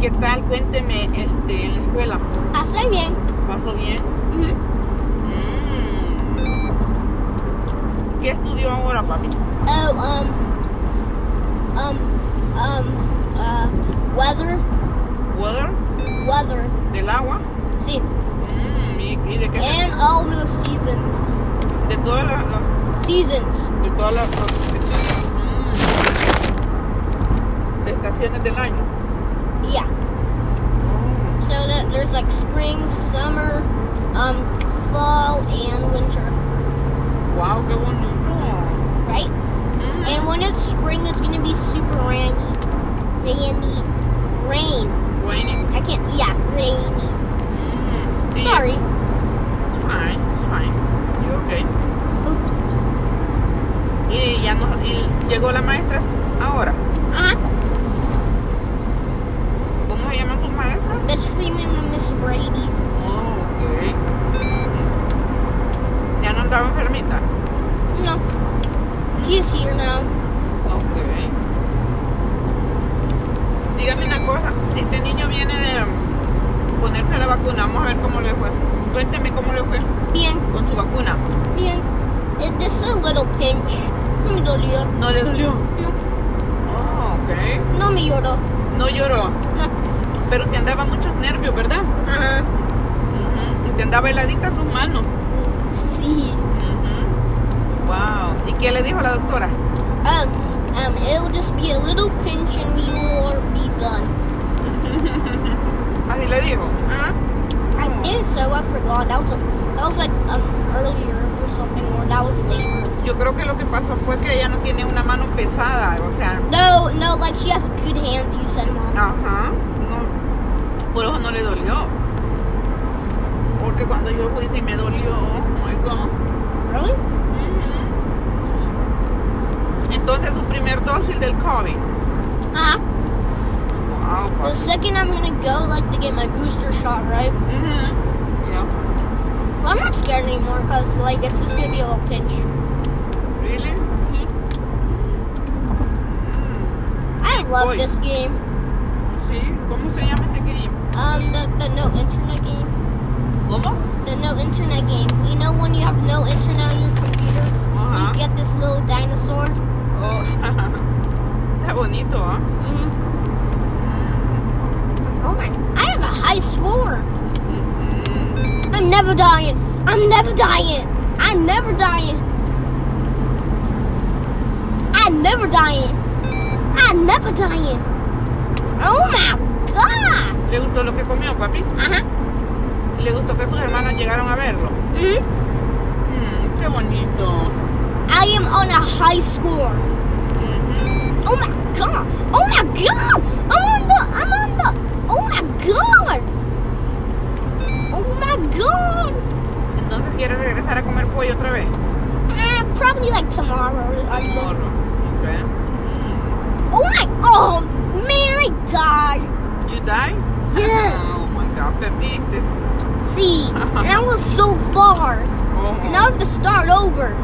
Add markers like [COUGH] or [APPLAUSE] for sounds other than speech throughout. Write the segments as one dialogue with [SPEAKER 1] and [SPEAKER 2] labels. [SPEAKER 1] ¿qué tal? Cuénteme, este, la escuela,
[SPEAKER 2] Pasé bien.
[SPEAKER 1] ¿pasó bien?
[SPEAKER 2] Ujú.
[SPEAKER 1] Mm. ¿Qué estudió ahora, papi?
[SPEAKER 2] Oh, um, um, um, uh, weather,
[SPEAKER 1] ¿Weather?
[SPEAKER 2] weather.
[SPEAKER 1] ¿Del agua?
[SPEAKER 2] Sí.
[SPEAKER 1] Mm, ¿Y, y de qué? se-
[SPEAKER 2] And all the seasons.
[SPEAKER 1] De todas las... las-
[SPEAKER 2] Seasons.
[SPEAKER 1] de todas las... las- mm, estaciones del año. Mm,
[SPEAKER 2] Yeah. So that there's like spring, summer, um, fall, and winter,
[SPEAKER 1] Wow, qué bonito.
[SPEAKER 2] right?
[SPEAKER 1] Mm.
[SPEAKER 2] And when it's spring, it's gonna be super rainy, rainy, rain.
[SPEAKER 1] Rainy.
[SPEAKER 2] I can't. Yeah, rainy.
[SPEAKER 1] Mm. Y-
[SPEAKER 2] Sorry.
[SPEAKER 1] It's fine, it's fine. You okay. Y ya nos, y llegó la maestra ahora.
[SPEAKER 2] Uh huh.
[SPEAKER 1] ¿Cómo se llaman tus maestras?
[SPEAKER 2] Miss Freeman and Miss Brady.
[SPEAKER 1] Oh, ok. Ya no andaba enfermita.
[SPEAKER 2] No. She's here now.
[SPEAKER 1] Ok. Dígame una cosa, este niño viene de um, ponerse la vacuna, vamos a ver cómo le fue. Cuénteme cómo le fue
[SPEAKER 2] Bien,
[SPEAKER 1] con su vacuna.
[SPEAKER 2] bien. It, this is a little pinch. No me dolió.
[SPEAKER 1] No le dolió.
[SPEAKER 2] No,
[SPEAKER 1] Oh, ok.
[SPEAKER 2] no me lloró.
[SPEAKER 1] No lloró.
[SPEAKER 2] No.
[SPEAKER 1] Pero te andaba muchos nervios, ¿verdad?
[SPEAKER 2] Ajá.
[SPEAKER 1] Ujú. Y te andaba heladita sus manos.
[SPEAKER 2] Sí.
[SPEAKER 1] Ujú. Wow. ¿Y qué le dijo la [LAUGHS] doctora?
[SPEAKER 2] Oh, um, it'll just be a little pinch and you will be done.
[SPEAKER 1] Así le dijo.
[SPEAKER 2] Uh-huh. I think so. I forgot. That was a, that was like um earlier or something, or that was later.
[SPEAKER 1] Yo creo que lo que pasó fue que ella no tiene una mano pesada, o sea,
[SPEAKER 2] No, no. Like she has good hands. You said, mom.
[SPEAKER 1] ajá, no, por eso no le dolió. Porque cuando yo fui sí me dolió, oh my God.
[SPEAKER 2] Really?
[SPEAKER 1] Ujú. Entonces su primer dosis del COVID.
[SPEAKER 2] Ah.
[SPEAKER 1] Wow,
[SPEAKER 2] The
[SPEAKER 1] papi.
[SPEAKER 2] second I'm gonna go, like to get my booster shot, right?
[SPEAKER 1] Ujú. Yeah.
[SPEAKER 2] Well, I'm not scared anymore because like it's just gonna be a little pinch. Mm-hmm.
[SPEAKER 1] Really? Mm.
[SPEAKER 2] I love
[SPEAKER 1] Oi.
[SPEAKER 2] this game.
[SPEAKER 1] Sí, ¿cómo se llama este game?
[SPEAKER 2] Um, the, the no internet game.
[SPEAKER 1] ¿Cómo?
[SPEAKER 2] The no internet game. You know when you have no internet on your computer,
[SPEAKER 1] Ajá.
[SPEAKER 2] you get this little dinosaur.
[SPEAKER 1] Oh, [LAUGHS] está bonito, ¿ah?
[SPEAKER 2] hmm Oh my! I have a high score.
[SPEAKER 1] Mm,
[SPEAKER 2] I'm never dying. I'm never dying. I'm never dying. I'm never dying. I'm never dying. Oh my god!
[SPEAKER 1] ¿Le gustó lo que comió, papi?
[SPEAKER 2] Uh huh.
[SPEAKER 1] ¿Le gustó que tus hermanas llegaron a verlo?
[SPEAKER 2] hmm
[SPEAKER 1] Mm, qué bonito.
[SPEAKER 2] I am on a high score.
[SPEAKER 1] Ujú.
[SPEAKER 2] Oh my god! Oh my god! I'm on the I'm on the Oh my god! Oh my god!
[SPEAKER 1] Entonces, ¿quieres regresar a comer pollo otra vez?
[SPEAKER 2] Uh, probably like tomorrow I'm going.
[SPEAKER 1] Morro. Ok.
[SPEAKER 2] Oh my oh man I died!
[SPEAKER 1] Mm. You die?
[SPEAKER 2] Yes.
[SPEAKER 1] Oh my god, perdiste.
[SPEAKER 2] See and I was so far
[SPEAKER 1] Oh.
[SPEAKER 2] and now I have to start over.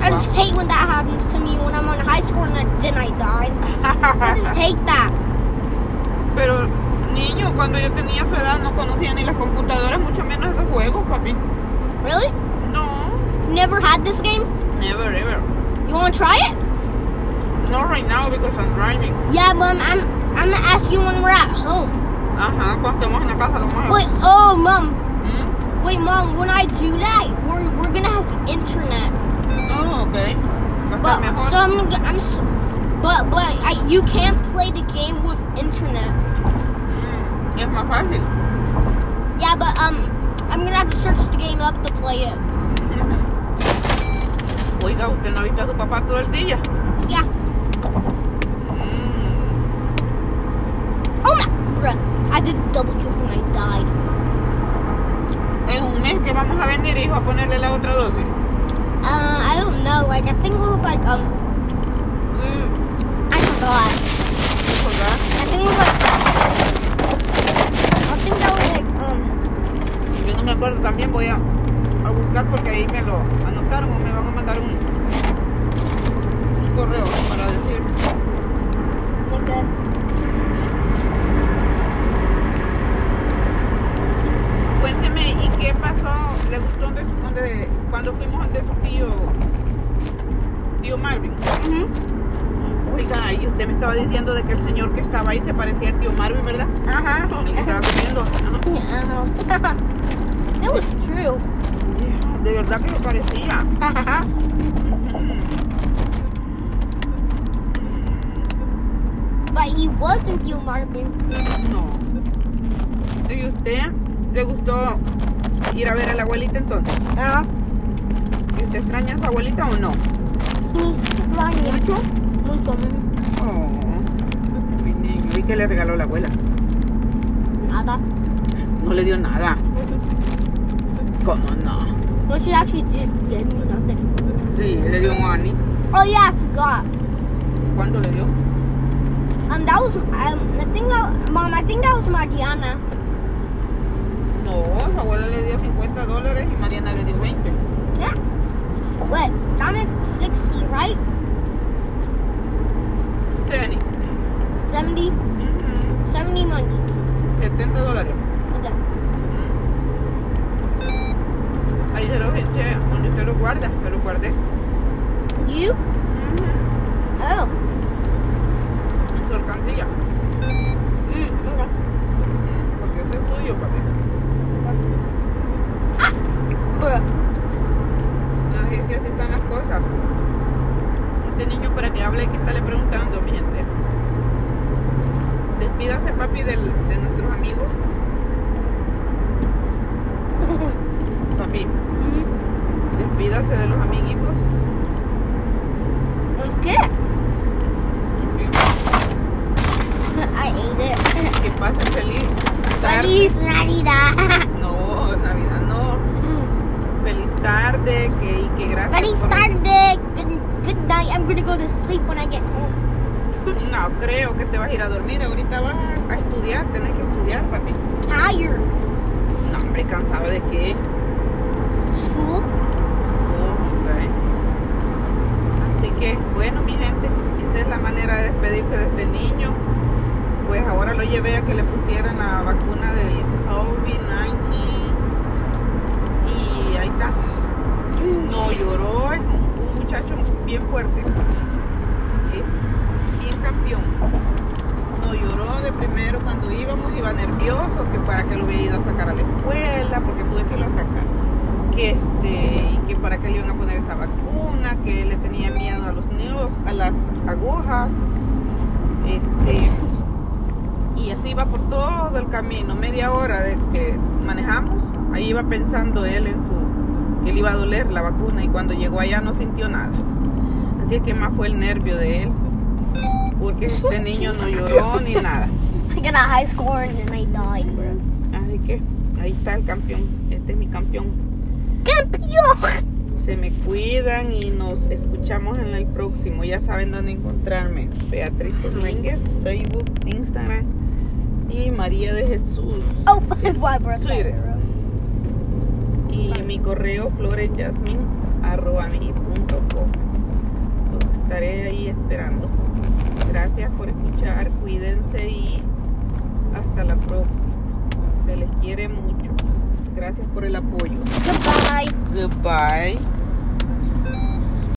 [SPEAKER 2] I just hate when that happens to me when I'm on a high score and I, then I died. I
[SPEAKER 1] [LAUGHS]
[SPEAKER 2] just hate that.
[SPEAKER 1] [LAUGHS] Pero, niño, cuando yo tenía su edad no conocía ni las computadoras, mucho menos estos juegos, papi.
[SPEAKER 2] Really?
[SPEAKER 1] No,
[SPEAKER 2] You never had this game?
[SPEAKER 1] never ever.
[SPEAKER 2] You wanna try it?
[SPEAKER 1] Not right now because I'm driving.
[SPEAKER 2] Yeah, mom, I'm I'm gonna ask you when we're at home.
[SPEAKER 1] Ajá, cuando estemos en la casa lo muevo.
[SPEAKER 2] Wait, oh mom,
[SPEAKER 1] Mm.
[SPEAKER 2] wait mom, when I do that, we're, we're gonna have internet.
[SPEAKER 1] Oh, ok. Va a estar
[SPEAKER 2] But
[SPEAKER 1] mejor.
[SPEAKER 2] so I'm gonna get, I'm s- but but I, you can't play the game with internet.
[SPEAKER 1] Mm, es más fácil. [LAUGHS]
[SPEAKER 2] Yeah, but um, I'm gonna have to search the game up to play it.
[SPEAKER 1] Oiga, usted no ha visto a su papá todo el día.
[SPEAKER 2] Yeah.
[SPEAKER 1] Mm,
[SPEAKER 2] Oh my, bruh, I did a double trip when I died.
[SPEAKER 1] En un mes que vamos a venir, hijo, a ponerle la otra dosis.
[SPEAKER 2] Uh, I don't know. Like I think it was like um, mm, I forgot.
[SPEAKER 1] ¿Verdad?
[SPEAKER 2] I think it was like I think that was like um.
[SPEAKER 1] Yo no me acuerdo, también voy a, a buscar porque ahí me lo anotaron o me van a mandar un, un correo para decir.
[SPEAKER 2] Like a,
[SPEAKER 1] yo, Marvin.
[SPEAKER 2] Ujú.
[SPEAKER 1] Oiga, y usted me estaba diciendo de que el señor que estaba ahí se parecía a tío Marvin, ¿verdad?
[SPEAKER 2] Ajá.
[SPEAKER 1] El que [LAUGHS]
[SPEAKER 2] [LAUGHS]
[SPEAKER 1] estaba comiendo. Ajá.
[SPEAKER 2] Yeah. it was true. [LAUGHS]
[SPEAKER 1] Yeah, De verdad que se parecía.
[SPEAKER 2] Ajá. But he wasn't you, Marvin.
[SPEAKER 1] No. ¿Y usted le gustó ir a ver a la abuelita entonces?
[SPEAKER 2] Ajá.
[SPEAKER 1] ¿Y usted extraña a su abuelita o no?
[SPEAKER 2] Sí, Mario.
[SPEAKER 1] ¿Mucho?
[SPEAKER 2] Mucho.
[SPEAKER 1] Oh, mi niño. ¿Y qué le regaló la abuela?
[SPEAKER 2] Nada.
[SPEAKER 1] No le dio nada. ¿Cómo no?
[SPEAKER 2] Well, she actually did give me nothing.
[SPEAKER 1] Sí, le dio un ani.
[SPEAKER 2] Oh yeah, I forgot.
[SPEAKER 1] ¿Cuánto le dio?
[SPEAKER 2] Um, that was um, I think that, mom, I think that was Mariana.
[SPEAKER 1] No, su abuela le dio 50 dólares y Mariana le dio 20.
[SPEAKER 2] Yeah. What? That makes sixty, right?
[SPEAKER 1] Sí, Ani.
[SPEAKER 2] 70,
[SPEAKER 1] Mm,
[SPEAKER 2] 70 Mondays.
[SPEAKER 1] 70 dólares.
[SPEAKER 2] Okay.
[SPEAKER 1] Mm. Ahí se los eché donde usted los guarda, se los guardé.
[SPEAKER 2] You?
[SPEAKER 1] Mm,
[SPEAKER 2] Oh.
[SPEAKER 1] En su alcancilla.
[SPEAKER 2] Mm,
[SPEAKER 1] Mm,
[SPEAKER 2] okay.
[SPEAKER 1] Porque ese es tuyo, papi.
[SPEAKER 2] Bruh.
[SPEAKER 1] Así es que así están las cosas. Este niño para que hable hay que estarle preguntando, mi gente. Despídase, papi, del- de nuestros amigos. Papi,
[SPEAKER 2] Mm,
[SPEAKER 1] despídase de los amiguitos.
[SPEAKER 2] It's good. I ate it.
[SPEAKER 1] Que pasen feliz. tarde.
[SPEAKER 2] Feliz Navidad.
[SPEAKER 1] No, Navidad no. Feliz tarde. Que, y que gracias.
[SPEAKER 2] Feliz
[SPEAKER 1] por-
[SPEAKER 2] tarde. Good, good night. I'm gonna go to sleep when I get home.
[SPEAKER 1] No, creo que te vas a ir a dormir. Ahorita vas a, a estudiar. Tenés que estudiar, papi.
[SPEAKER 2] Tired.
[SPEAKER 1] No, hombre, cansado de qué.
[SPEAKER 2] School.
[SPEAKER 1] Así que, bueno, mi gente, esa es la manera de despedirse de este niño. Pues ahora lo llevé a que le pusieran la vacuna del COVID-19. Y ahí está. No lloró, es un, un muchacho bien fuerte. Es bien campeón. No lloró de primero cuando íbamos, iba nervioso, que para que lo hubiera ido a sacar a la escuela, porque tuve que lo sacar que este y que para qué le iban a poner esa vacuna, que le tenía miedo a los niños, a las agujas, este y así va por todo el camino, media hora de que manejamos, ahí iba pensando él en su que le iba a doler la vacuna y cuando llegó allá no sintió nada. Así es que más fue el nervio de él, porque este niño no lloró ni nada.
[SPEAKER 2] I got a high score and then I died, bro.
[SPEAKER 1] Así que ahí está el campeón, este es mi campeón.
[SPEAKER 2] Campeón.
[SPEAKER 1] Se me cuidan y nos escuchamos en el próximo. Ya saben dónde encontrarme. Beatriz Domínguez, Facebook, Instagram y María de Jesús.
[SPEAKER 2] Oh, why, bro?
[SPEAKER 1] Twitter. Y mi correo floresyasmin.com. Los estaré ahí esperando. Gracias por escuchar, cuídense y hasta la próxima. Se les quiere mucho. Gracias por el apoyo.
[SPEAKER 2] Goodbye.
[SPEAKER 1] Goodbye.